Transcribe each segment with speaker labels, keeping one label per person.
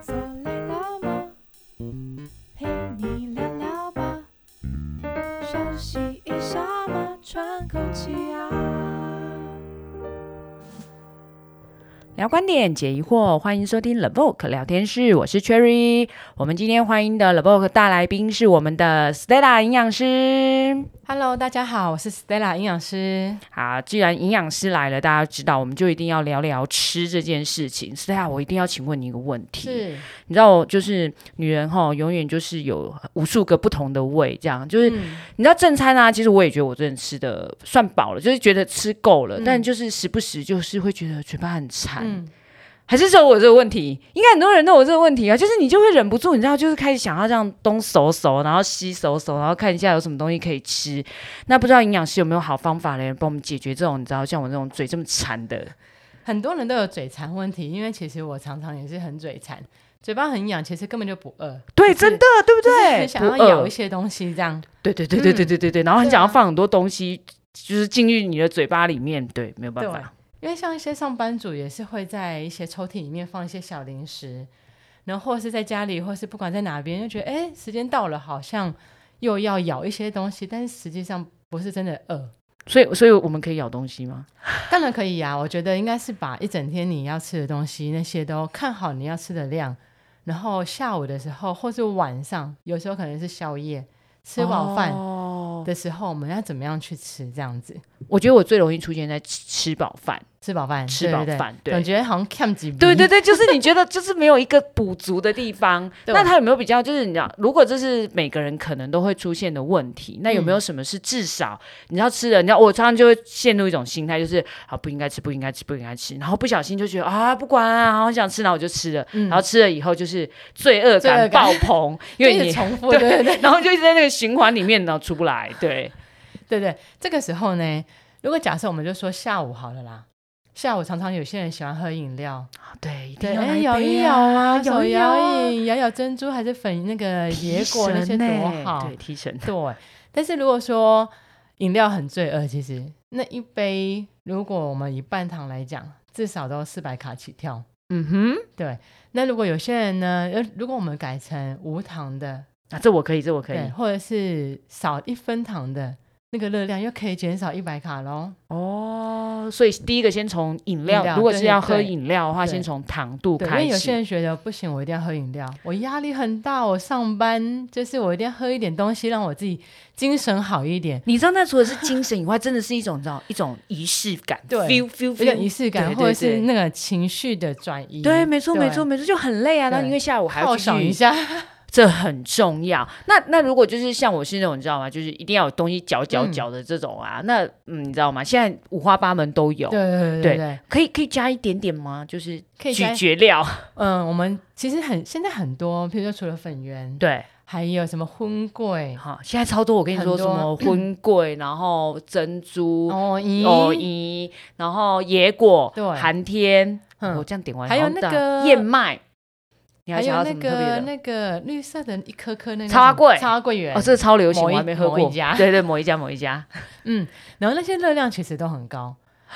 Speaker 1: 坐累了吗？陪你聊聊吧，休息一下嘛，喘口气啊。
Speaker 2: 聊观点，解疑惑，欢迎收听 The Vogue 聊天室，我是 Cherry。我们今天欢迎的 The Vogue 大来宾是我们的 Stella 营养师。
Speaker 3: Hello，大家好，我是 Stella 营养师。
Speaker 2: 好，既然营养师来了，大家知道我们就一定要聊聊吃这件事情。Stella，我一定要请问你一个问题，
Speaker 3: 是，
Speaker 2: 你知道，我就是女人哈，永远就是有无数个不同的胃，这样就是、
Speaker 3: 嗯
Speaker 2: 你知道正餐啊，其实我也觉得我真的吃的算饱了，就是觉得吃够了，
Speaker 3: 嗯
Speaker 2: 但就是时不时就是会觉得嘴巴很馋。
Speaker 3: 嗯，
Speaker 2: 还是只有我这个问题？应该很多人都有这个问题啊，就是你就会忍不住，你知道，就是开始想要这样东搜搜，然后西搜搜，然后看一下有什么东西可以吃。那不知道营养师有没有好方法来帮我们解决这种你知道像我这种嘴这么馋的？
Speaker 3: 很多人都有嘴馋问题，因为其实我常常也是很嘴馋，嘴巴很痒，其实根本就不饿，
Speaker 2: 对，
Speaker 3: 就是
Speaker 2: 真的，对不
Speaker 3: 就是
Speaker 2: 对？
Speaker 3: 很想要
Speaker 2: 不饿
Speaker 3: 咬一些东西这样。
Speaker 2: 对对对对对对对对，然后很
Speaker 3: 对啊
Speaker 2: 想要放很多东西，就是进入你的嘴巴里面。对，没有办法。
Speaker 3: 因为像一些上班族也是会在一些抽屉里面放一些小零食，然后或是在家里，或是不管在哪边，就觉得哎，时间到了，好像又要咬一些东西，但是实际上不是真的饿。
Speaker 2: 所以，所以我们可以咬东西吗？
Speaker 3: 当然可以呀、我觉得应该是把一整天你要吃的东西那些都看好你要吃的量，然后下午的时候或是晚上，有时候可能是宵夜，吃饱饭
Speaker 2: 哦，
Speaker 3: 的时候我们要怎么样去吃这样子？
Speaker 2: 我觉得我最容易出现在吃吃饱饭，
Speaker 3: 吃饱饭，
Speaker 2: 吃饱饭，
Speaker 3: 对对对
Speaker 2: 对
Speaker 3: 总觉得好像看几
Speaker 2: 对对对，就是你觉得 就是没有一个补足的地方。
Speaker 3: 对
Speaker 2: 那他有没有比较，就是你知道，如果这是每个人可能都会出现的问题，那有没有
Speaker 3: 嗯
Speaker 2: 什么是至少你知道吃了，你知道我常常就会陷入一种心态，就是啊不应该吃，不应该吃，不应该吃，然后不小心就觉得啊不管啊，好想吃，然后我就吃了，
Speaker 3: 嗯
Speaker 2: 然后吃了以后就是罪恶
Speaker 3: 罪
Speaker 2: 感
Speaker 3: 恶感
Speaker 2: 爆 棚，因
Speaker 3: 就
Speaker 2: 为
Speaker 3: 一直
Speaker 2: 你
Speaker 3: 重复，对对对
Speaker 2: 然后就一直在那个循环里面，然后出不来。对，
Speaker 3: 对对。这个时候呢，如果假设我们就说下午好了啦。下午常常有些人喜欢喝饮料，
Speaker 2: 对，一定
Speaker 3: 对，
Speaker 2: 要来
Speaker 3: 哎，
Speaker 2: 一
Speaker 3: 咬一
Speaker 2: 杯
Speaker 3: 咬啊，
Speaker 2: 咬
Speaker 3: 手
Speaker 2: 一
Speaker 3: 摇
Speaker 2: 啊，
Speaker 3: 饮，咬咬珍珠还是粉那个
Speaker 2: 提
Speaker 3: 野果那些
Speaker 2: 神欸
Speaker 3: 多好，
Speaker 2: 对，提神。
Speaker 3: 对，但是如果说饮料很罪恶，其实那一杯，如果我们以半糖来讲，至少都四百卡起跳。
Speaker 2: 嗯哼，
Speaker 3: 对，那如果有些人呢，呃如果我们改成无糖的，
Speaker 2: 啊，这我可以，这我可以
Speaker 3: 对，。或者是少一分糖的，那个热量又可以减少一百卡喽。
Speaker 2: 哦，所以第一个先从饮料，
Speaker 3: 饮料
Speaker 2: 如果是
Speaker 3: 对
Speaker 2: 要喝
Speaker 3: 对
Speaker 2: 饮料的话，
Speaker 3: 对
Speaker 2: 先从糖度
Speaker 3: 对，因为
Speaker 2: 开
Speaker 3: 有些
Speaker 2: 始。
Speaker 3: 人觉得不行，我一定要喝饮料，我压力很大，我上班就是我一定要喝一点东西，让我自己精神好一点。
Speaker 2: 你知道，那除了是精神以外，真的是一种你知道一种仪式感，
Speaker 3: 对
Speaker 2: feel feel
Speaker 3: 有
Speaker 2: feel
Speaker 3: 点仪式感，
Speaker 2: 对对
Speaker 3: 或者是
Speaker 2: 对
Speaker 3: 那个情绪的转移，
Speaker 2: 对，没错，
Speaker 3: 对
Speaker 2: 没错，没错，就很累啊。那
Speaker 3: 对
Speaker 2: 因为下午还要
Speaker 3: 犒
Speaker 2: 继
Speaker 3: 赏
Speaker 2: 续
Speaker 3: 一，下。
Speaker 2: 这很重要。那那如果就是像我是那种你知道吗？就是一定要有东西嚼嚼
Speaker 3: 嗯
Speaker 2: 嚼的这种啊。那嗯，你知道吗？现在五花八门都有，
Speaker 3: 对对
Speaker 2: 对
Speaker 3: 对对，
Speaker 2: 可以可以加一点点吗？就是
Speaker 3: 可以
Speaker 2: 咀
Speaker 3: 加。
Speaker 2: 嚼料，
Speaker 3: 嗯，我们其实很现在很多，譬如说除了粉圆，
Speaker 2: 对，
Speaker 3: 还有什么荤桂、
Speaker 2: 好，现在超多。我跟你说
Speaker 3: 很
Speaker 2: 什
Speaker 3: 多
Speaker 2: 么荤桂， 然后珍珠，
Speaker 3: 哦咦，
Speaker 2: 藕泥，然后野果，
Speaker 3: 对
Speaker 2: 寒天，我
Speaker 3: 嗯，
Speaker 2: 这样点完，
Speaker 3: 还有
Speaker 2: 好像
Speaker 3: 那
Speaker 2: 大
Speaker 3: 个
Speaker 2: 燕麦，你还
Speaker 3: 还
Speaker 2: 想要
Speaker 3: 有
Speaker 2: 什
Speaker 3: 那
Speaker 2: 么特别
Speaker 3: 个
Speaker 2: 的？
Speaker 3: 那个绿色的一颗颗那个
Speaker 2: 插花桂
Speaker 3: 什么插花桂圆
Speaker 2: 哦，，这个超流行，
Speaker 3: 某一
Speaker 2: 我还没喝过
Speaker 3: 某一。家
Speaker 2: 对对，某一家某一家，
Speaker 3: 嗯，然后那些热量其实都很高，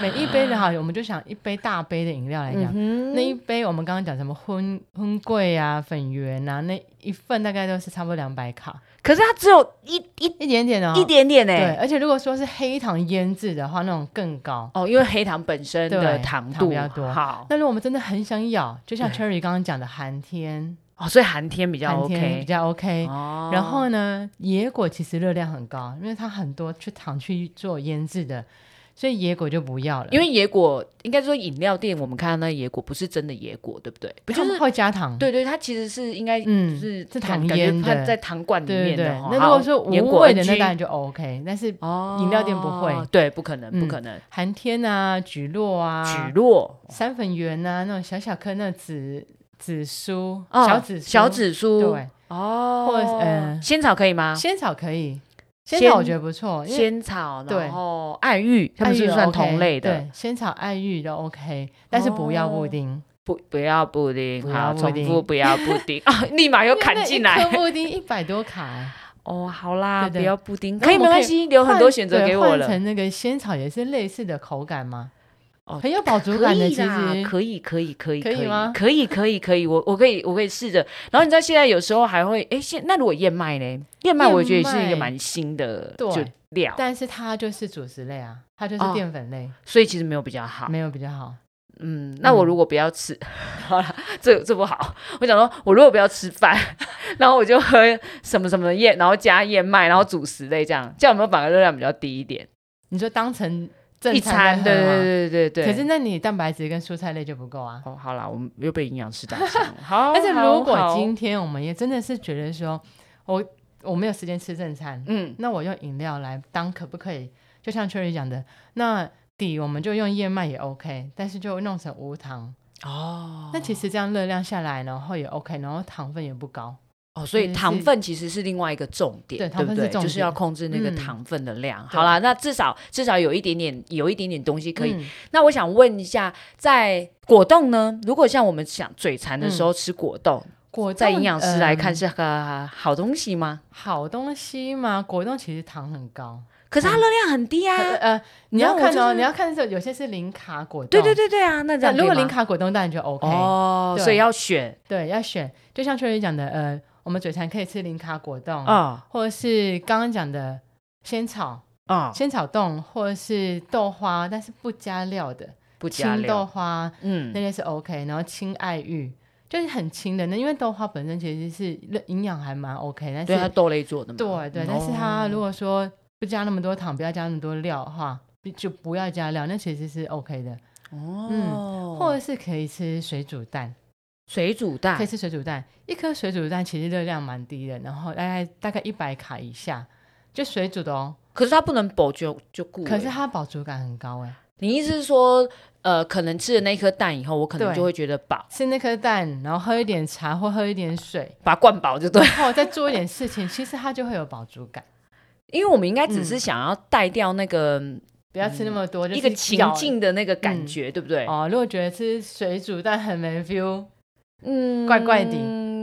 Speaker 3: 每一杯的哈，我们就想一杯大杯的饮料来讲。
Speaker 2: 啊嗯哼
Speaker 3: 那一杯我们刚刚讲什么荤荤桂啊、粉圆啊，那一份大概都是差不多两百卡，
Speaker 2: 可是它只有一一
Speaker 3: 一点点哦，
Speaker 2: 一点点
Speaker 3: 对，
Speaker 2: 呢。
Speaker 3: 而且如果说是黑糖腌制的话，那种更高。
Speaker 2: 哦，因为黑糖本身的
Speaker 3: 对
Speaker 2: 糖
Speaker 3: 糖
Speaker 2: 度
Speaker 3: 比较多
Speaker 2: 好
Speaker 3: 那如果我们真的很想咬，就像
Speaker 2: 对
Speaker 3: Cherry 刚刚讲的寒天，
Speaker 2: 哦，所以寒天比较
Speaker 3: 寒天比
Speaker 2: OK。
Speaker 3: 较 OK。
Speaker 2: 哦
Speaker 3: 然后呢，野果其实热量很高，因为它很多去糖去做腌制的，所以野果就不要了。
Speaker 2: 因
Speaker 3: 为
Speaker 2: 为野果应该说饮料店，我们看到那野果不是真的野果，对不对？不就是
Speaker 3: 会加糖？
Speaker 2: 对对，它其实是应该
Speaker 3: 嗯
Speaker 2: 是
Speaker 3: 是
Speaker 2: 感
Speaker 3: 糖
Speaker 2: 感觉
Speaker 3: 腌
Speaker 2: 它
Speaker 3: 的
Speaker 2: 在糖罐里
Speaker 3: 对对
Speaker 2: 面
Speaker 3: 对
Speaker 2: 的哈。。
Speaker 3: 那如
Speaker 2: 好
Speaker 3: 果说
Speaker 2: 野
Speaker 3: 无
Speaker 2: 果
Speaker 3: 味的，那
Speaker 2: NG
Speaker 3: 当然就 OK。但是
Speaker 2: 哦
Speaker 3: 饮料店不会
Speaker 2: 对，不可能，不
Speaker 3: 嗯
Speaker 2: 可能。
Speaker 3: 寒天啊、菊络啊
Speaker 2: 举、落
Speaker 3: 三粉圆啊，那种小小颗那紫紫苏、
Speaker 2: 哦
Speaker 3: 小紫苏、
Speaker 2: 小紫苏，
Speaker 3: 对。
Speaker 2: 哦，
Speaker 3: 或者是呃
Speaker 2: 仙草可以吗？
Speaker 3: 仙草可以，仙
Speaker 2: 仙
Speaker 3: 草我觉得不错，因为
Speaker 2: 仙草，
Speaker 3: 对
Speaker 2: 然后爱玉，它
Speaker 3: 爱
Speaker 2: 们
Speaker 3: 玉
Speaker 2: 是
Speaker 3: 也
Speaker 2: 算
Speaker 3: OK，
Speaker 2: 同类的，
Speaker 3: 对，仙草爱玉都 OK，但是不要布丁，
Speaker 2: 不不要布丁，
Speaker 3: 不
Speaker 2: 好，
Speaker 3: 要布
Speaker 2: 重
Speaker 3: 丁
Speaker 2: 复不要布 丁啊，立马又
Speaker 3: 因为
Speaker 2: 砍
Speaker 3: 那
Speaker 2: 进
Speaker 3: 一
Speaker 2: 来
Speaker 3: 颗。布丁一百多卡 欸，
Speaker 2: 哦，好啦，
Speaker 3: 对
Speaker 2: 不
Speaker 3: 对
Speaker 2: 要布丁，
Speaker 3: 那
Speaker 2: 可以没
Speaker 3: 我们可
Speaker 2: 关
Speaker 3: 以
Speaker 2: 系，留很
Speaker 3: 换
Speaker 2: 多选择
Speaker 3: 对
Speaker 2: 给我
Speaker 3: 换
Speaker 2: 了。
Speaker 3: 成那个仙草也是类似的口感吗？
Speaker 2: 哦
Speaker 3: 很有饱足
Speaker 2: 可
Speaker 3: 感的，
Speaker 2: 以
Speaker 3: 其
Speaker 2: 啦，
Speaker 3: 实
Speaker 2: 可以，可以，可以，
Speaker 3: 可以吗
Speaker 2: 可以，可以，可以，我我可以，我可以试着。然后你知道现在有时候还会，哎，现那如果燕麦呢？燕麦
Speaker 3: 燕
Speaker 2: 我觉得也是一
Speaker 3: 麦
Speaker 2: 个蛮新的
Speaker 3: 对
Speaker 2: 就料，
Speaker 3: 但是它就是主食类啊，它就
Speaker 2: 哦
Speaker 3: 是淀粉类，
Speaker 2: 所以其实没有比较好。
Speaker 3: 没有比较好。
Speaker 2: 嗯，那我
Speaker 3: 嗯
Speaker 2: 如果不要吃， 好了，这这不好。我想说，我如果不要吃饭， 然后我就喝什么什么的燕，然后加燕麦，然后主食类这样，这样有没有反而热量比较低一点？
Speaker 3: 你就当成正
Speaker 2: 一餐，
Speaker 3: 餐
Speaker 2: 对
Speaker 3: 在喝啊
Speaker 2: 对对对对。
Speaker 3: 可是那你蛋白质跟蔬菜类就不够啊。
Speaker 2: 哦，好啦，我们又被营养师打枪了。 好，
Speaker 3: 但是如果
Speaker 2: 哦好
Speaker 3: 今天我们也真的是觉得说，我我没有时间吃正餐，
Speaker 2: 嗯
Speaker 3: 那我用饮料来当可不可以？就像 Cherry 讲的，那底我们就用燕麦也 OK，但是就弄成无糖。
Speaker 2: 哦，
Speaker 3: 那其实这样热量下来，然后也 OK，然后糖分也不高。
Speaker 2: 哦，所以
Speaker 3: 是
Speaker 2: 糖
Speaker 3: 是
Speaker 2: 分其实是另外一个重点，
Speaker 3: 对
Speaker 2: 对
Speaker 3: 糖
Speaker 2: 不
Speaker 3: 分是
Speaker 2: 对？
Speaker 3: 重
Speaker 2: 就是要
Speaker 3: 点
Speaker 2: 控制那个
Speaker 3: 嗯
Speaker 2: 糖分的量。
Speaker 3: 对
Speaker 2: 好啦，那至少至少有一点点有一点点东西可以
Speaker 3: 嗯
Speaker 2: 那我想问一下，在果冻呢？如果像我们想嘴馋的时候吃果冻，
Speaker 3: 嗯果冻
Speaker 2: 在营养师来看
Speaker 3: 嗯
Speaker 2: 是个好东西吗？
Speaker 3: 好东西嘛，果冻其实糖很高。
Speaker 2: 可是它热量很低
Speaker 3: 呃
Speaker 2: 啊。
Speaker 3: 呃，你
Speaker 2: 那
Speaker 3: 要
Speaker 2: 我
Speaker 3: 看
Speaker 2: 就
Speaker 3: 哦，
Speaker 2: 是
Speaker 3: 你要看的时候，有些是零卡果冻。
Speaker 2: 对对。对对啊，那这
Speaker 3: 那
Speaker 2: 样
Speaker 3: 如果
Speaker 2: 可以
Speaker 3: 零
Speaker 2: 吗
Speaker 3: 卡果冻，当然就 OK。
Speaker 2: 哦，
Speaker 3: 对
Speaker 2: 所以要选
Speaker 3: 对，要选，就像秋雨讲的，呃，我们嘴馋可以吃零卡果冻，
Speaker 2: 哦
Speaker 3: 或者是刚刚讲的仙草、
Speaker 2: 哦，
Speaker 3: 仙草冻，或者是豆花，但是不加料的，
Speaker 2: 不加
Speaker 3: 青豆
Speaker 2: 料，
Speaker 3: 花那
Speaker 2: 嗯，
Speaker 3: 些是 OK，然后青爱玉就是很轻的，那因为豆花本身其实是热营养还蛮 OK，但是
Speaker 2: 对，它豆类做的嘛，
Speaker 3: 对对，
Speaker 2: 嗯
Speaker 3: 但是它
Speaker 2: 哦
Speaker 3: 如果说不加那么多糖，不要加那么多料的话，就不要加料，那其实是 OK 的，
Speaker 2: 哦，
Speaker 3: 嗯或者是可以吃水煮蛋。
Speaker 2: 水煮蛋
Speaker 3: 可以，吃水煮蛋，一颗水煮蛋其实热量蛮低的，然后大概大概一百卡以下，就水煮的哦。
Speaker 2: 可是它不能保就就固欸。
Speaker 3: 可是它饱足感很高哎，
Speaker 2: 你意思是说，呃，可能吃了那颗蛋以后，我可能
Speaker 3: 对
Speaker 2: 就会觉得饱，
Speaker 3: 吃那颗蛋，然后喝一点茶或喝一点水，
Speaker 2: 把它灌饱就对了。
Speaker 3: 然后再做一点事情，其实它就会有饱足感。
Speaker 2: 因为我们应该只是想要带掉那个
Speaker 3: 不要吃那么多，嗯就
Speaker 2: 嗯一个
Speaker 3: 是
Speaker 2: 情
Speaker 3: 咬
Speaker 2: 境的那个感觉，对不对？
Speaker 3: 哦。如果觉得吃水煮蛋很没 feel，
Speaker 2: 嗯
Speaker 3: 怪怪的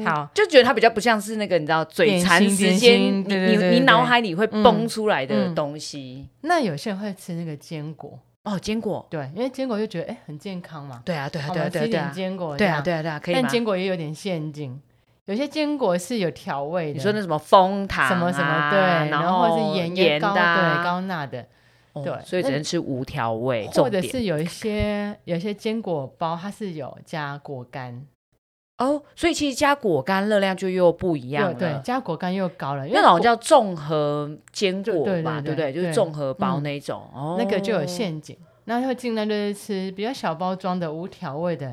Speaker 3: 好，
Speaker 2: 就觉得它比较不像是那个你知道嘴馋
Speaker 3: 点心
Speaker 2: 时
Speaker 3: 点
Speaker 2: 间，
Speaker 3: 心
Speaker 2: 你
Speaker 3: 对对对
Speaker 2: 你你
Speaker 3: 对
Speaker 2: 脑海里会
Speaker 3: 嗯
Speaker 2: 蹦出来的
Speaker 3: 嗯
Speaker 2: 东西。
Speaker 3: 那有些人会吃那个坚果，
Speaker 2: 哦，坚果，
Speaker 3: 对，因为坚果就觉得哎很健康嘛，
Speaker 2: 对啊，对啊，
Speaker 3: 我
Speaker 2: 对啊，
Speaker 3: 们
Speaker 2: 对啊，
Speaker 3: 哦吃一
Speaker 2: 对
Speaker 3: 点
Speaker 2: 啊，
Speaker 3: 坚果这
Speaker 2: 对啊，
Speaker 3: 样，
Speaker 2: 对啊，对啊，可以
Speaker 3: 但
Speaker 2: 吗？
Speaker 3: 坚果也有点陷阱，有些坚果是有调味的，
Speaker 2: 你说那什么枫糖啊
Speaker 3: 什么什么对，
Speaker 2: 然
Speaker 3: 后或是盐
Speaker 2: 盐
Speaker 3: 也
Speaker 2: 盐
Speaker 3: 高
Speaker 2: 的啊
Speaker 3: 对高钠的，
Speaker 2: 哦
Speaker 3: 对
Speaker 2: 所以只能吃无调味，
Speaker 3: 或
Speaker 2: 重
Speaker 3: 者
Speaker 2: 点
Speaker 3: 是有一些有一些坚果包它是有加果干，
Speaker 2: 哦，所以其实加果干热量就又不一样
Speaker 3: 又
Speaker 2: 了。
Speaker 3: 对，加果干又高了，因为
Speaker 2: 那种
Speaker 3: 果
Speaker 2: 叫综合坚果
Speaker 3: 对对
Speaker 2: 嘛，对
Speaker 3: 对
Speaker 2: 不对？
Speaker 3: 对
Speaker 2: 就是
Speaker 3: 对
Speaker 2: 综合包
Speaker 3: 嗯
Speaker 2: 那一种，哦，
Speaker 3: 那个就有陷阱，那会尽量就是吃比较小包装的无调味的，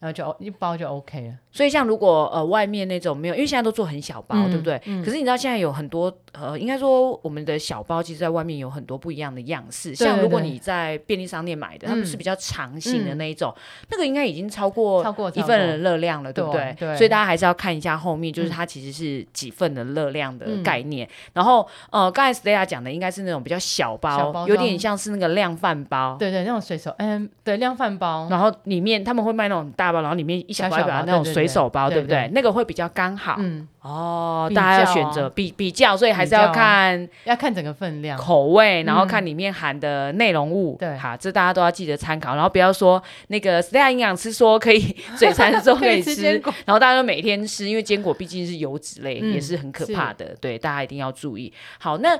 Speaker 3: 然后就一包就 OK 了，
Speaker 2: 所以像如果呃外面那种没有，因为现在都做很小包，
Speaker 3: 嗯
Speaker 2: 对不对？
Speaker 3: 嗯
Speaker 2: 可是你知道现在有很多呃，应该说我们的小包其实在外面有很多不一样的样式，
Speaker 3: 对
Speaker 2: 像如果
Speaker 3: 对
Speaker 2: 你在便利商店买的，他们是
Speaker 3: 嗯
Speaker 2: 比较长型的那一种，那个应该已经超过
Speaker 3: 超过
Speaker 2: 哦一
Speaker 3: 超
Speaker 2: 份
Speaker 3: 过
Speaker 2: 的热量了，对不对
Speaker 3: 对？啊对
Speaker 2: 所以大家还是要看一下后面，就是
Speaker 3: 嗯
Speaker 2: 它其实是几份的热量的
Speaker 3: 嗯
Speaker 2: 概念。然后呃，刚才 Stella 讲的应该是那种比较小包，
Speaker 3: 小包
Speaker 2: 有
Speaker 3: 装
Speaker 2: 点像是那个量饭包。
Speaker 3: 对对，那种随手嗯对量饭包，
Speaker 2: 然后里面他们会卖那种大包，然后里面一小
Speaker 3: 小
Speaker 2: 包一
Speaker 3: 小
Speaker 2: 包
Speaker 3: 包
Speaker 2: 那种
Speaker 3: 对对
Speaker 2: 随
Speaker 3: 对
Speaker 2: 手包，对
Speaker 3: 对
Speaker 2: 不对
Speaker 3: 对？
Speaker 2: 那个会比较刚好。
Speaker 3: 嗯
Speaker 2: 哦，
Speaker 3: 比
Speaker 2: 大家要
Speaker 3: 较啊
Speaker 2: 选择比比较，所以还是
Speaker 3: 比
Speaker 2: 要
Speaker 3: 较啊
Speaker 2: 看
Speaker 3: 要看整个分 量，
Speaker 2: 口味，然后
Speaker 3: 嗯
Speaker 2: 看里面含的内容物。
Speaker 3: 对
Speaker 2: 好，这大家都要记得参考，然后不要说那个 Stella 营养师说可以 嘴馋的时候可以
Speaker 3: 吃
Speaker 2: 吃
Speaker 3: 坚，果，
Speaker 2: 然后大家就每天吃，因为坚果毕竟是油脂类，
Speaker 3: 嗯
Speaker 2: 也是很可怕的，对，大家一定要注意。好，那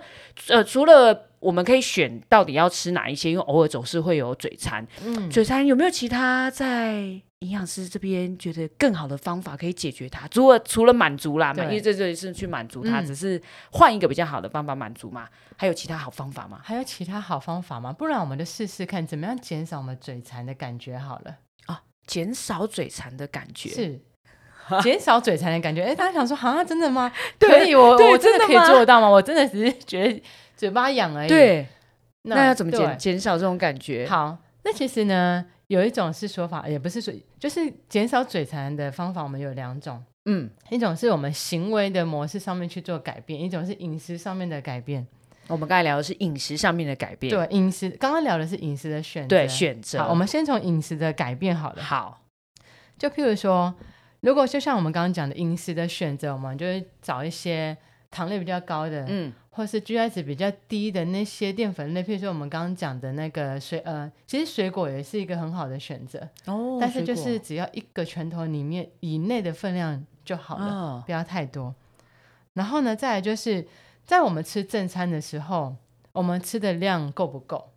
Speaker 2: 呃，除了我们可以选到底要吃哪一些，因为偶尔总是会有嘴馋，
Speaker 3: 嗯，
Speaker 2: 嘴馋有没有其他在营养师这边觉得更好的方法可以解决它？除了除了满足啦，
Speaker 3: 对
Speaker 2: 满因为这就是去满足它，
Speaker 3: 嗯
Speaker 2: 只是换一个比较好的方法满足嘛。还有其他好方法吗？
Speaker 3: 还有其他好方法吗？不然我们就试试看，怎么样减少我们嘴馋的感觉好了。
Speaker 2: 减少嘴馋的感觉，
Speaker 3: 是，减少嘴馋的感觉。哎，大家想说，哈，真的吗？
Speaker 2: 对
Speaker 3: 可以，我
Speaker 2: 对
Speaker 3: 我真
Speaker 2: 真的
Speaker 3: 的可以
Speaker 2: 吗
Speaker 3: 做得到吗？我真的只是觉得嘴巴痒而已。，
Speaker 2: 对，那要怎么
Speaker 3: 对
Speaker 2: 减减少这种感觉？
Speaker 3: 好，那其实呢，有一种是说法，也不是说，就是减少嘴馋的方法，我们有两种。
Speaker 2: 嗯，
Speaker 3: 一种是我们行为的模式上面去做改变，一种是饮食上面的改变。
Speaker 2: 我们刚才聊的是饮食上面的改变，
Speaker 3: 对，饮食刚刚聊的是饮食的选择。
Speaker 2: 对，选择。
Speaker 3: 好，我们先从饮食的改变好了。
Speaker 2: 好，
Speaker 3: 就譬如说，如果就像我们刚刚讲的饮食的选择，我们就会找一些糖类比较高的，
Speaker 2: 嗯，
Speaker 3: 或是 GI 值比较低的那些淀粉类，譬如说我们刚刚讲的那个水，呃，其实水果也是一个很好的选择，
Speaker 2: 哦
Speaker 3: 但是就是只要一个拳头里面以内的分量就好了，
Speaker 2: 了，
Speaker 3: 不要太多。然后呢，再来就是在我们吃正餐的时候，我们吃的量够不够？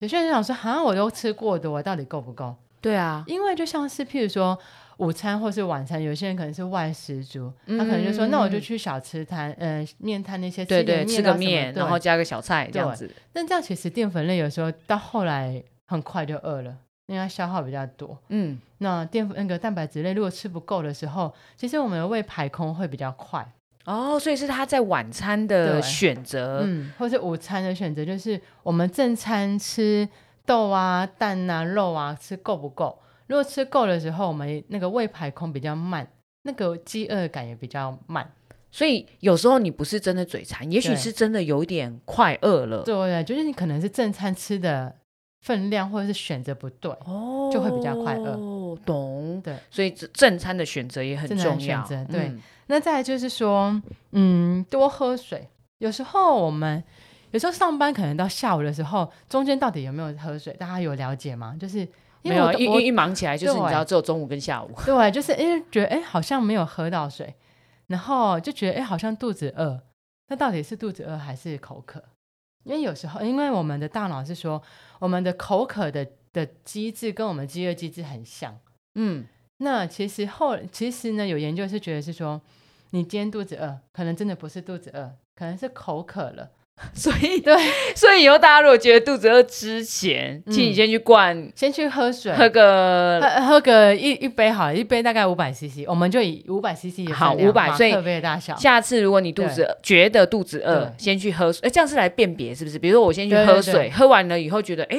Speaker 3: 有些人想说，哈，我都吃过多，到底够不够？
Speaker 2: 对啊，
Speaker 3: 因为就像是譬如说午餐或是晚餐，有些人可能是外食族，
Speaker 2: 嗯
Speaker 3: 他可能就说，那我就去小吃摊，呃，面摊那些
Speaker 2: 对
Speaker 3: 吃点
Speaker 2: 对，吃
Speaker 3: 啊
Speaker 2: 个
Speaker 3: 什么
Speaker 2: 面，
Speaker 3: 对
Speaker 2: 然后加个小菜这样子，
Speaker 3: 但这样其实淀粉类有时候到后来很快就饿了，因为它消耗比较多。
Speaker 2: 嗯，
Speaker 3: 那淀粉那个蛋白质类如果吃不够的时候，其实我们的胃排空会比较快。
Speaker 2: 哦，所以是他在晚餐的
Speaker 3: 对
Speaker 2: 选择，
Speaker 3: 嗯，或是午餐的选择就是我们正餐吃豆啊、蛋啊、肉啊，吃够不够？如果吃够的时候，我们那个胃排空比较慢，那个饥饿感也比较慢。
Speaker 2: 所以有时候你不是真的嘴馋，也许
Speaker 3: 对
Speaker 2: 是真的有点快饿了，
Speaker 3: 对对，就是你可能是正餐吃的分量或者是选择不对，
Speaker 2: 哦
Speaker 3: 就会比较快饿
Speaker 2: 哦，懂，
Speaker 3: 对，
Speaker 2: 所以这正餐的选择也很
Speaker 3: 正餐的
Speaker 2: 重要，
Speaker 3: 选择对
Speaker 2: 嗯
Speaker 3: 那再来就是说，嗯，多喝水。有时候我们有时候上班可能到下午的时候，中间到底有没有喝水，大家有了解吗？就是
Speaker 2: 没
Speaker 3: 因为
Speaker 2: 有
Speaker 3: 我
Speaker 2: 啊一
Speaker 3: 我
Speaker 2: 一一忙起来就是你知道只有中午跟下午，
Speaker 3: 对，就是因为觉得哎、诶好像没有喝到水，然后就觉得哎、诶好像肚子饿。那到底是肚子饿还是口渴？因为有时候，因为我们的大脑是说，我们的口渴的的机制跟我们饥饿机制很像。
Speaker 2: 嗯，
Speaker 3: 那其实后其实呢，有研究是觉得是说，你今天肚子饿，可能真的不是肚子饿，可能是口渴了。
Speaker 2: 所以
Speaker 3: 对，
Speaker 2: 所以以后大家如果觉得肚子饿之前，
Speaker 3: 嗯
Speaker 2: 请你先去灌
Speaker 3: 先去喝水，
Speaker 2: 喝个
Speaker 3: 喝喝个一一杯好了，一杯大概五百 CC，我们就以五百 CC 的
Speaker 2: 好
Speaker 3: 分量
Speaker 2: 500
Speaker 3: 马
Speaker 2: 所以
Speaker 3: 克杯的大小，
Speaker 2: 下次如果你肚子饿觉得肚子饿
Speaker 3: 对，
Speaker 2: 先去喝水，哎，这样是来辨别是不是？比如说我先去
Speaker 3: 对对
Speaker 2: 喝水，
Speaker 3: 对
Speaker 2: 喝完了以后觉得，哎，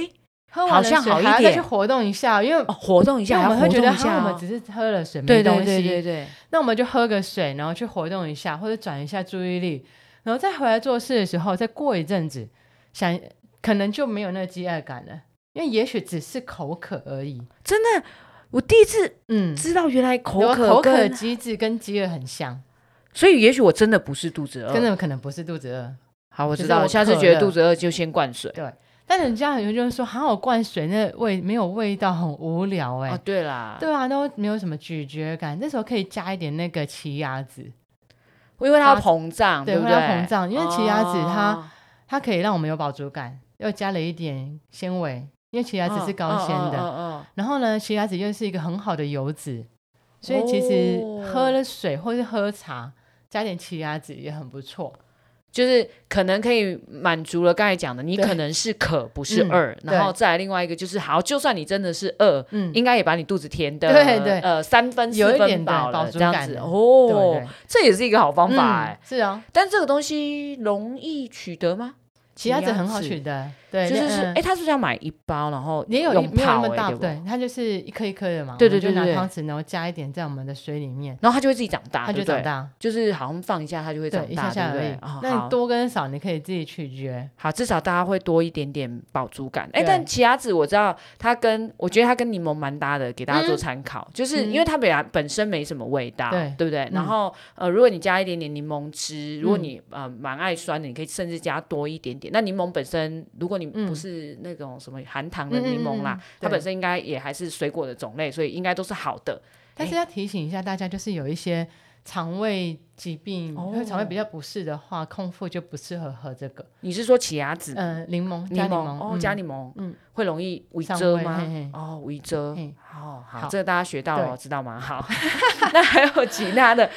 Speaker 3: 喝完
Speaker 2: 好
Speaker 3: 了
Speaker 2: 像
Speaker 3: 水
Speaker 2: 好一
Speaker 3: 还要再
Speaker 2: 点
Speaker 3: 去活动一下，因为
Speaker 2: 哦活动一
Speaker 3: 因
Speaker 2: 下，
Speaker 3: 为我
Speaker 2: 还要
Speaker 3: 们会
Speaker 2: 活
Speaker 3: 觉
Speaker 2: 动
Speaker 3: 得
Speaker 2: 一
Speaker 3: 哈，
Speaker 2: 下
Speaker 3: 我
Speaker 2: 哦
Speaker 3: 们只，是喝了水没
Speaker 2: 对
Speaker 3: 东西，
Speaker 2: 对对对对，
Speaker 3: 那我们就喝个水，然后去活动一下，或者转一下注意力，然后再回来做事的时候，再过一阵子，想可能就没有那个饥饿感了，因为也许只是口渴而已。
Speaker 2: 真的。我第一次
Speaker 3: 嗯，
Speaker 2: 知道原来口
Speaker 3: 有
Speaker 2: 渴
Speaker 3: 口渴
Speaker 2: 跟，
Speaker 3: 机制跟饥饿很像，
Speaker 2: 所以也许我真的不是肚子饿，
Speaker 3: 真的可能不是肚子饿。
Speaker 2: 好，我
Speaker 3: 就
Speaker 2: 知
Speaker 3: 是
Speaker 2: 道了。
Speaker 3: 我
Speaker 2: 下次
Speaker 3: 渴
Speaker 2: 觉得
Speaker 3: 了
Speaker 2: 肚子饿就先灌水。
Speaker 3: 但人家有些人说，哈，我灌水那味没有味道，很无聊哎、
Speaker 2: 哦，对啦，
Speaker 3: 对啊，都没有什么咀嚼感。那时候可以加一点那个奇亚籽，
Speaker 2: 因为它
Speaker 3: 发
Speaker 2: 膨胀，
Speaker 3: 对
Speaker 2: 不
Speaker 3: 会
Speaker 2: 对？
Speaker 3: 让它膨胀因为奇亚籽它
Speaker 2: 哦
Speaker 3: 它可以让我们有饱足感，又加了一点纤维，因为奇亚籽是高纤的。
Speaker 2: 嗯嗯嗯嗯
Speaker 3: 然后呢，奇亚籽又是一个很好的油脂，所以其实
Speaker 2: 哦
Speaker 3: 喝了水或是喝茶，加点奇亚籽也很不错。
Speaker 2: 就是可能可以满足了刚才讲的，你
Speaker 3: 对
Speaker 2: 可能是渴不是
Speaker 3: 嗯
Speaker 2: 饿，
Speaker 3: 对
Speaker 2: 然后再来另外一个就是好，就算你真的是饿，
Speaker 3: 嗯，
Speaker 2: 应该也把你肚子填的
Speaker 3: 对对
Speaker 2: 呃三分
Speaker 3: 有
Speaker 2: 四
Speaker 3: 一点
Speaker 2: 分
Speaker 3: 的
Speaker 2: 饱了
Speaker 3: 饱足
Speaker 2: 这样
Speaker 3: 感
Speaker 2: 子
Speaker 3: 的对
Speaker 2: 哦
Speaker 3: 对，
Speaker 2: 这也是一个好方法哎
Speaker 3: 嗯。是啊，
Speaker 2: 但这个东西容易取得吗？
Speaker 3: 奇亚籽
Speaker 2: 奇亚籽
Speaker 3: 很好取得，对，
Speaker 2: 就是是
Speaker 3: 嗯
Speaker 2: 哎，它是不是要买一包，然后
Speaker 3: 也有一
Speaker 2: 用
Speaker 3: 没有那
Speaker 2: 泡
Speaker 3: 么
Speaker 2: 哎
Speaker 3: 大，
Speaker 2: 对不对？
Speaker 3: 对，它就是一颗一颗的嘛，
Speaker 2: 对
Speaker 3: 我
Speaker 2: 对对
Speaker 3: 们就
Speaker 2: 对
Speaker 3: 拿汤匙，然后加一点在我们的水里面，
Speaker 2: 然后它就会自己长大，
Speaker 3: 它就
Speaker 2: 对不对
Speaker 3: 长大，
Speaker 2: 就是好像放一下它就会长
Speaker 3: 对，一
Speaker 2: 大，
Speaker 3: 下
Speaker 2: 对
Speaker 3: 下
Speaker 2: 不
Speaker 3: 而
Speaker 2: 对
Speaker 3: 已？
Speaker 2: 啊，。
Speaker 3: 那
Speaker 2: 好
Speaker 3: 你多跟少你可以自己取决，
Speaker 2: 好，至少大家会多一点点饱足感。哎，
Speaker 3: 对
Speaker 2: 但奇亚籽我知道它跟我觉得它跟柠檬蛮搭的，给大家做
Speaker 3: 嗯
Speaker 2: 参考，就是
Speaker 3: 嗯
Speaker 2: 因为它本来本身没什么味道，
Speaker 3: 对
Speaker 2: 不对？
Speaker 3: 嗯
Speaker 2: 然后呃，如果你加一点点柠檬汁，如果你呃蛮爱酸的，你可以甚至加多一点点。那柠檬本身，如果你
Speaker 3: 嗯
Speaker 2: 不是那种什么含糖的
Speaker 3: 嗯嗯
Speaker 2: 柠檬啦
Speaker 3: 嗯嗯，
Speaker 2: 它
Speaker 3: 对
Speaker 2: 本身应该也还是水果的种类，所以应该都是好的。
Speaker 3: 但是要提醒一下大家，就是有一些肠胃疾病，
Speaker 2: 哦
Speaker 3: 因为肠胃比较不适的话，空腹就不适合喝这个。
Speaker 2: 你是说奇亚籽？
Speaker 3: 嗯，柠檬
Speaker 2: 柠
Speaker 3: 加柠
Speaker 2: 檬
Speaker 3: 檬
Speaker 2: 哦，加柠檬，嗯
Speaker 3: 嗯，
Speaker 2: 会容易微
Speaker 3: 上
Speaker 2: 遮
Speaker 3: 位
Speaker 2: 吗
Speaker 3: 嘿嘿？
Speaker 2: 哦，微遮
Speaker 3: 嘿，
Speaker 2: 哦，好，
Speaker 3: 好
Speaker 2: 这个大家学到了，哦
Speaker 3: 对
Speaker 2: 知道吗？好， 那还有其他的，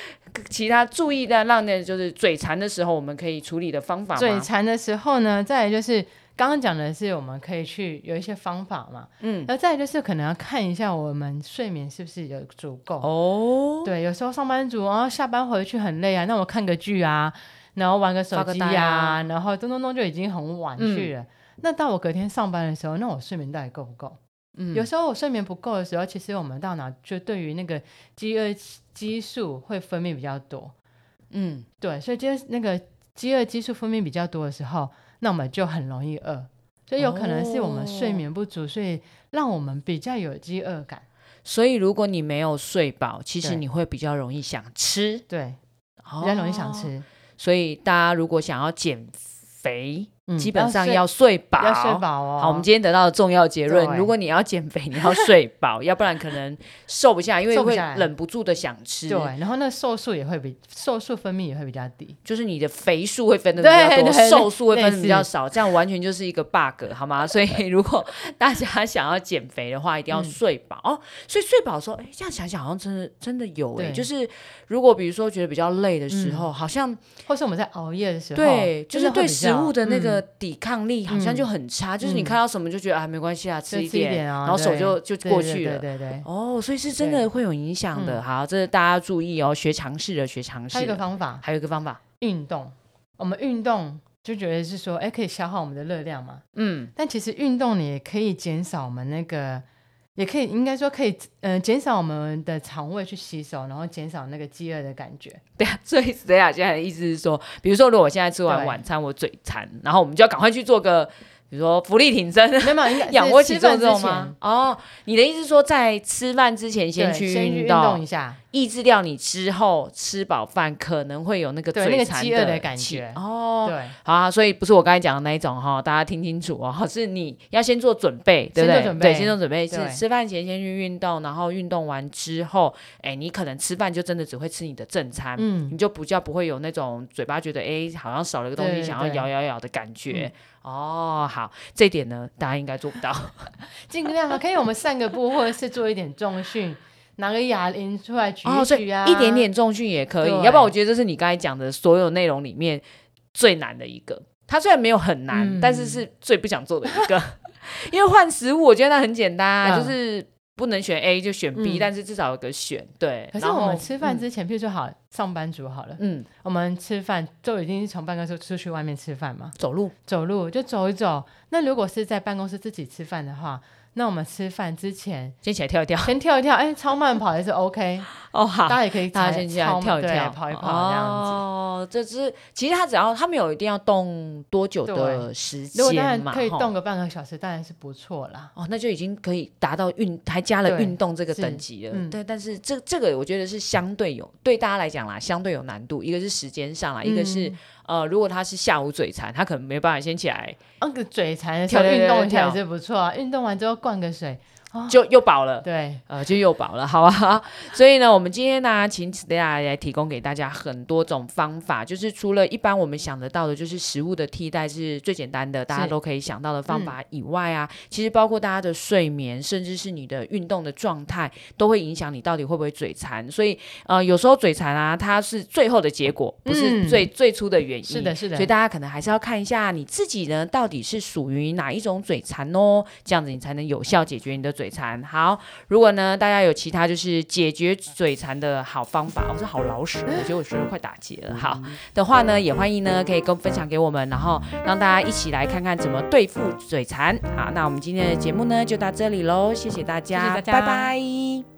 Speaker 2: 其他注意的，让那就是嘴馋的时候，我们可以处理的方法
Speaker 3: 檬
Speaker 2: 吗？
Speaker 3: 嘴馋的时候呢，再来就是刚刚讲的是我们可以去有一些方法嘛，
Speaker 2: 嗯，
Speaker 3: 然后再来就是可能要看一下我们睡眠是不是有足够。
Speaker 2: 哦，
Speaker 3: 呃对，有时候上班族，然后下班回去很累啊，那我看个剧啊，然后玩个手
Speaker 2: 发个
Speaker 3: 机
Speaker 2: 呆
Speaker 3: 呀、
Speaker 2: 啊
Speaker 3: 然后咚咚咚就已经很晚
Speaker 2: 嗯
Speaker 3: 去了。那到我隔天上班的时候，那我睡眠到底够不够？
Speaker 2: 嗯
Speaker 3: 有时候我睡眠不够的时候，其实我们大脑就对于那个饥饿激素会分泌比较多，
Speaker 2: 嗯，
Speaker 3: 对，所以饥饿那个饥饿激素分泌比较多的时候，那我们就很容易饿，所以有可能是我
Speaker 2: 哦
Speaker 3: 们睡眠不足，所以让我们比较有饥饿感，
Speaker 2: 所以如果你没有睡饱，其实
Speaker 3: 对
Speaker 2: 你会比较容易想吃，
Speaker 3: 对，
Speaker 2: 比哦
Speaker 3: 比较容易想。吃，
Speaker 2: 所以大家如果想要减肥，
Speaker 3: 嗯
Speaker 2: 基本上
Speaker 3: 睡
Speaker 2: 要睡饱，
Speaker 3: 要睡饱哦。
Speaker 2: 好，我们今天得到的重要结论：
Speaker 3: 对
Speaker 2: 如果你要减肥，你要睡 饱，要不然可能瘦不下，因为
Speaker 3: 瘦不
Speaker 2: 会
Speaker 3: 下来
Speaker 2: 忍不住的想吃。
Speaker 3: 对，，然后那瘦素也会比瘦素分泌也会比较低。
Speaker 2: 就是你的肥数会分的比较
Speaker 3: 对
Speaker 2: 多，
Speaker 3: 对
Speaker 2: 瘦数会分的比较
Speaker 3: 类
Speaker 2: 少，这样完全就是一个 bug，好吗？所以如果大家想要减肥的话，一定要睡饱、哦。所以睡饱的时候，哎，这样想想好像真的真的有哎、
Speaker 3: 嗯对
Speaker 2: 就是如果比如说觉得比较累的时候，好像
Speaker 3: 或是我们在熬夜的时候，
Speaker 2: 对，就是
Speaker 3: 真的会
Speaker 2: 对
Speaker 3: 比
Speaker 2: 食
Speaker 3: 较
Speaker 2: 物的那个抵抗力好像就很差，就是你
Speaker 3: 嗯
Speaker 2: 看到什么就觉得啊没关系啊，吃
Speaker 3: 就
Speaker 2: 一
Speaker 3: 吃一
Speaker 2: 点，
Speaker 3: 点啊，
Speaker 2: 然后手
Speaker 3: 对
Speaker 2: 就就
Speaker 3: 对
Speaker 2: 过
Speaker 3: 对
Speaker 2: 去了。
Speaker 3: 对对对。
Speaker 2: 哦，所以是真
Speaker 3: 对
Speaker 2: 的会有影响的。
Speaker 3: 嗯
Speaker 2: 好，这是大家注意哦，学常识的学常识
Speaker 3: 还有一个
Speaker 2: 的。
Speaker 3: 方法，
Speaker 2: 还有一个方法，
Speaker 3: 运动。我们运动就觉得是说，哎，可以消耗我们的热量嘛。
Speaker 2: 嗯，
Speaker 3: 但其实运动你也可以减少我们那个，也可以应该说可以，呃，减少我们的肠胃去吸收，然后减少那个饥饿的感觉。
Speaker 2: 对啊， 所以谁啊？现在的意思是说，比如说，如果我现在吃完
Speaker 3: 对
Speaker 2: 晚餐，我嘴馋，然后我们就要赶快去做个，比如说浮力挺 身、
Speaker 3: 没有，没有应 该是
Speaker 2: 仰卧起
Speaker 3: 吃
Speaker 2: 坐
Speaker 3: 饭
Speaker 2: 这
Speaker 3: 之
Speaker 2: 种
Speaker 3: 前
Speaker 2: 吗？哦，你的意思是说，在吃饭之前
Speaker 3: 对
Speaker 2: 先去
Speaker 3: 先去
Speaker 2: 运
Speaker 3: 运
Speaker 2: 动
Speaker 3: 一，下，
Speaker 2: 抑制掉你之后吃饱饭可能会有那个
Speaker 3: 对那
Speaker 2: 嘴
Speaker 3: 个
Speaker 2: 馋
Speaker 3: 饥饿的
Speaker 2: 的
Speaker 3: 感
Speaker 2: 气
Speaker 3: 觉
Speaker 2: 哦，
Speaker 3: 对，
Speaker 2: 好啊，所以不是我刚才讲的那一种哈，大家听清楚哦， 是你要先做准备，对不
Speaker 3: 先
Speaker 2: 对？
Speaker 3: 做准备
Speaker 2: 对，先做准备是
Speaker 3: 对
Speaker 2: 吃饭前先去运动，然后运动完之后，哎，你可能吃饭就真的只会吃你的正餐，
Speaker 3: 嗯，
Speaker 2: 你就不叫不会有那种嘴巴觉得哎好像少了个东西
Speaker 3: 对
Speaker 2: 想要
Speaker 3: 对嗯
Speaker 2: 咬咬咬的感觉。哦，好，这一点呢，大家应该做不到。
Speaker 3: 尽量啊，可以我们散个步，或者是做一点重训，拿个哑铃出来举
Speaker 2: 哦，所以
Speaker 3: 举啊，
Speaker 2: 一点点重训也可以，
Speaker 3: 对
Speaker 2: 要不然我觉得这是你刚才讲的所有内容里面最难的一个。它虽然没有很难，
Speaker 3: 嗯
Speaker 2: 但是是最不想做的一个， 因为换食物我觉得那很简单啊，
Speaker 3: 嗯
Speaker 2: 就是不能选 A 就选 B，、
Speaker 3: 嗯
Speaker 2: 但是至少有个选对。
Speaker 3: 可是
Speaker 2: 然后嗯
Speaker 3: 我们吃饭之前，譬如说好上班族好了，
Speaker 2: 嗯嗯
Speaker 3: 我们吃饭就已经是从办公室出去外面吃饭嘛，
Speaker 2: 走路
Speaker 3: 走路就走一走。那如果是在办公室自己吃饭的话，那我们吃饭之前
Speaker 2: 先起来跳 一跳
Speaker 3: 先跳一跳，哎，超慢跑也是 OK，
Speaker 2: 哦，好
Speaker 3: 大，家也可以
Speaker 2: 大家
Speaker 3: 才
Speaker 2: 先起来
Speaker 3: 超慢
Speaker 2: 跳一
Speaker 3: 对
Speaker 2: 跳，
Speaker 3: 跑一跑这样子。
Speaker 2: 哦，这只其实他只要他没有一定要动多久的
Speaker 3: 对
Speaker 2: 时间嘛，
Speaker 3: 如果当然可以
Speaker 2: 吼
Speaker 3: 动个半个小时，当然是不错啦。
Speaker 2: 哦，那就已经可以达到运，还加了
Speaker 3: 对
Speaker 2: 运动这个
Speaker 3: 是
Speaker 2: 等级了。
Speaker 3: 嗯
Speaker 2: 对，但是这这个我觉得是相对有对大家来讲啦，相对有难度。一个是时间上啦，一个是
Speaker 3: 嗯
Speaker 2: 呃，如果他是下午嘴馋，他可能没办法先起来，
Speaker 3: 那个嗯嘴馋的时候
Speaker 2: 跳跳
Speaker 3: 运动一
Speaker 2: 跳
Speaker 3: 下也是不错啊，运动完之后灌个水，
Speaker 2: 就又饱了。
Speaker 3: 对，
Speaker 2: 呃，就又饱了，好啊。 所以呢，我们今天呢、请 Stella 来提供给大家很多种方法，就是除了一般我们想得到的，就是食物的替代是最简单的，大家
Speaker 3: 是嗯
Speaker 2: 都可以想到的方法以外啊，其实包括大家的睡眠，甚至是你的运动的状态，都会影响你到底会不会嘴馋。所以，呃，有时候嘴馋啊，它是最后的结果，不是
Speaker 3: 嗯
Speaker 2: 最、最初的原因。
Speaker 3: 是的，是的
Speaker 2: 嗯所以，大家可能还是要看一下你自己呢，到底是属于哪一种嘴馋哦，这样子你才能有效解决你的嘴馋。好，如果呢大家有其他就是解决嘴馋的好方法，我、哦、是好老实，我觉得我学得快打结了。好的话呢，也欢迎呢可以跟分享给我们，然后让大家一起来看看怎么对付嘴馋。好，那我们今天的节目呢就到这里喽，谢谢大家，
Speaker 3: 谢谢大家
Speaker 2: 拜拜。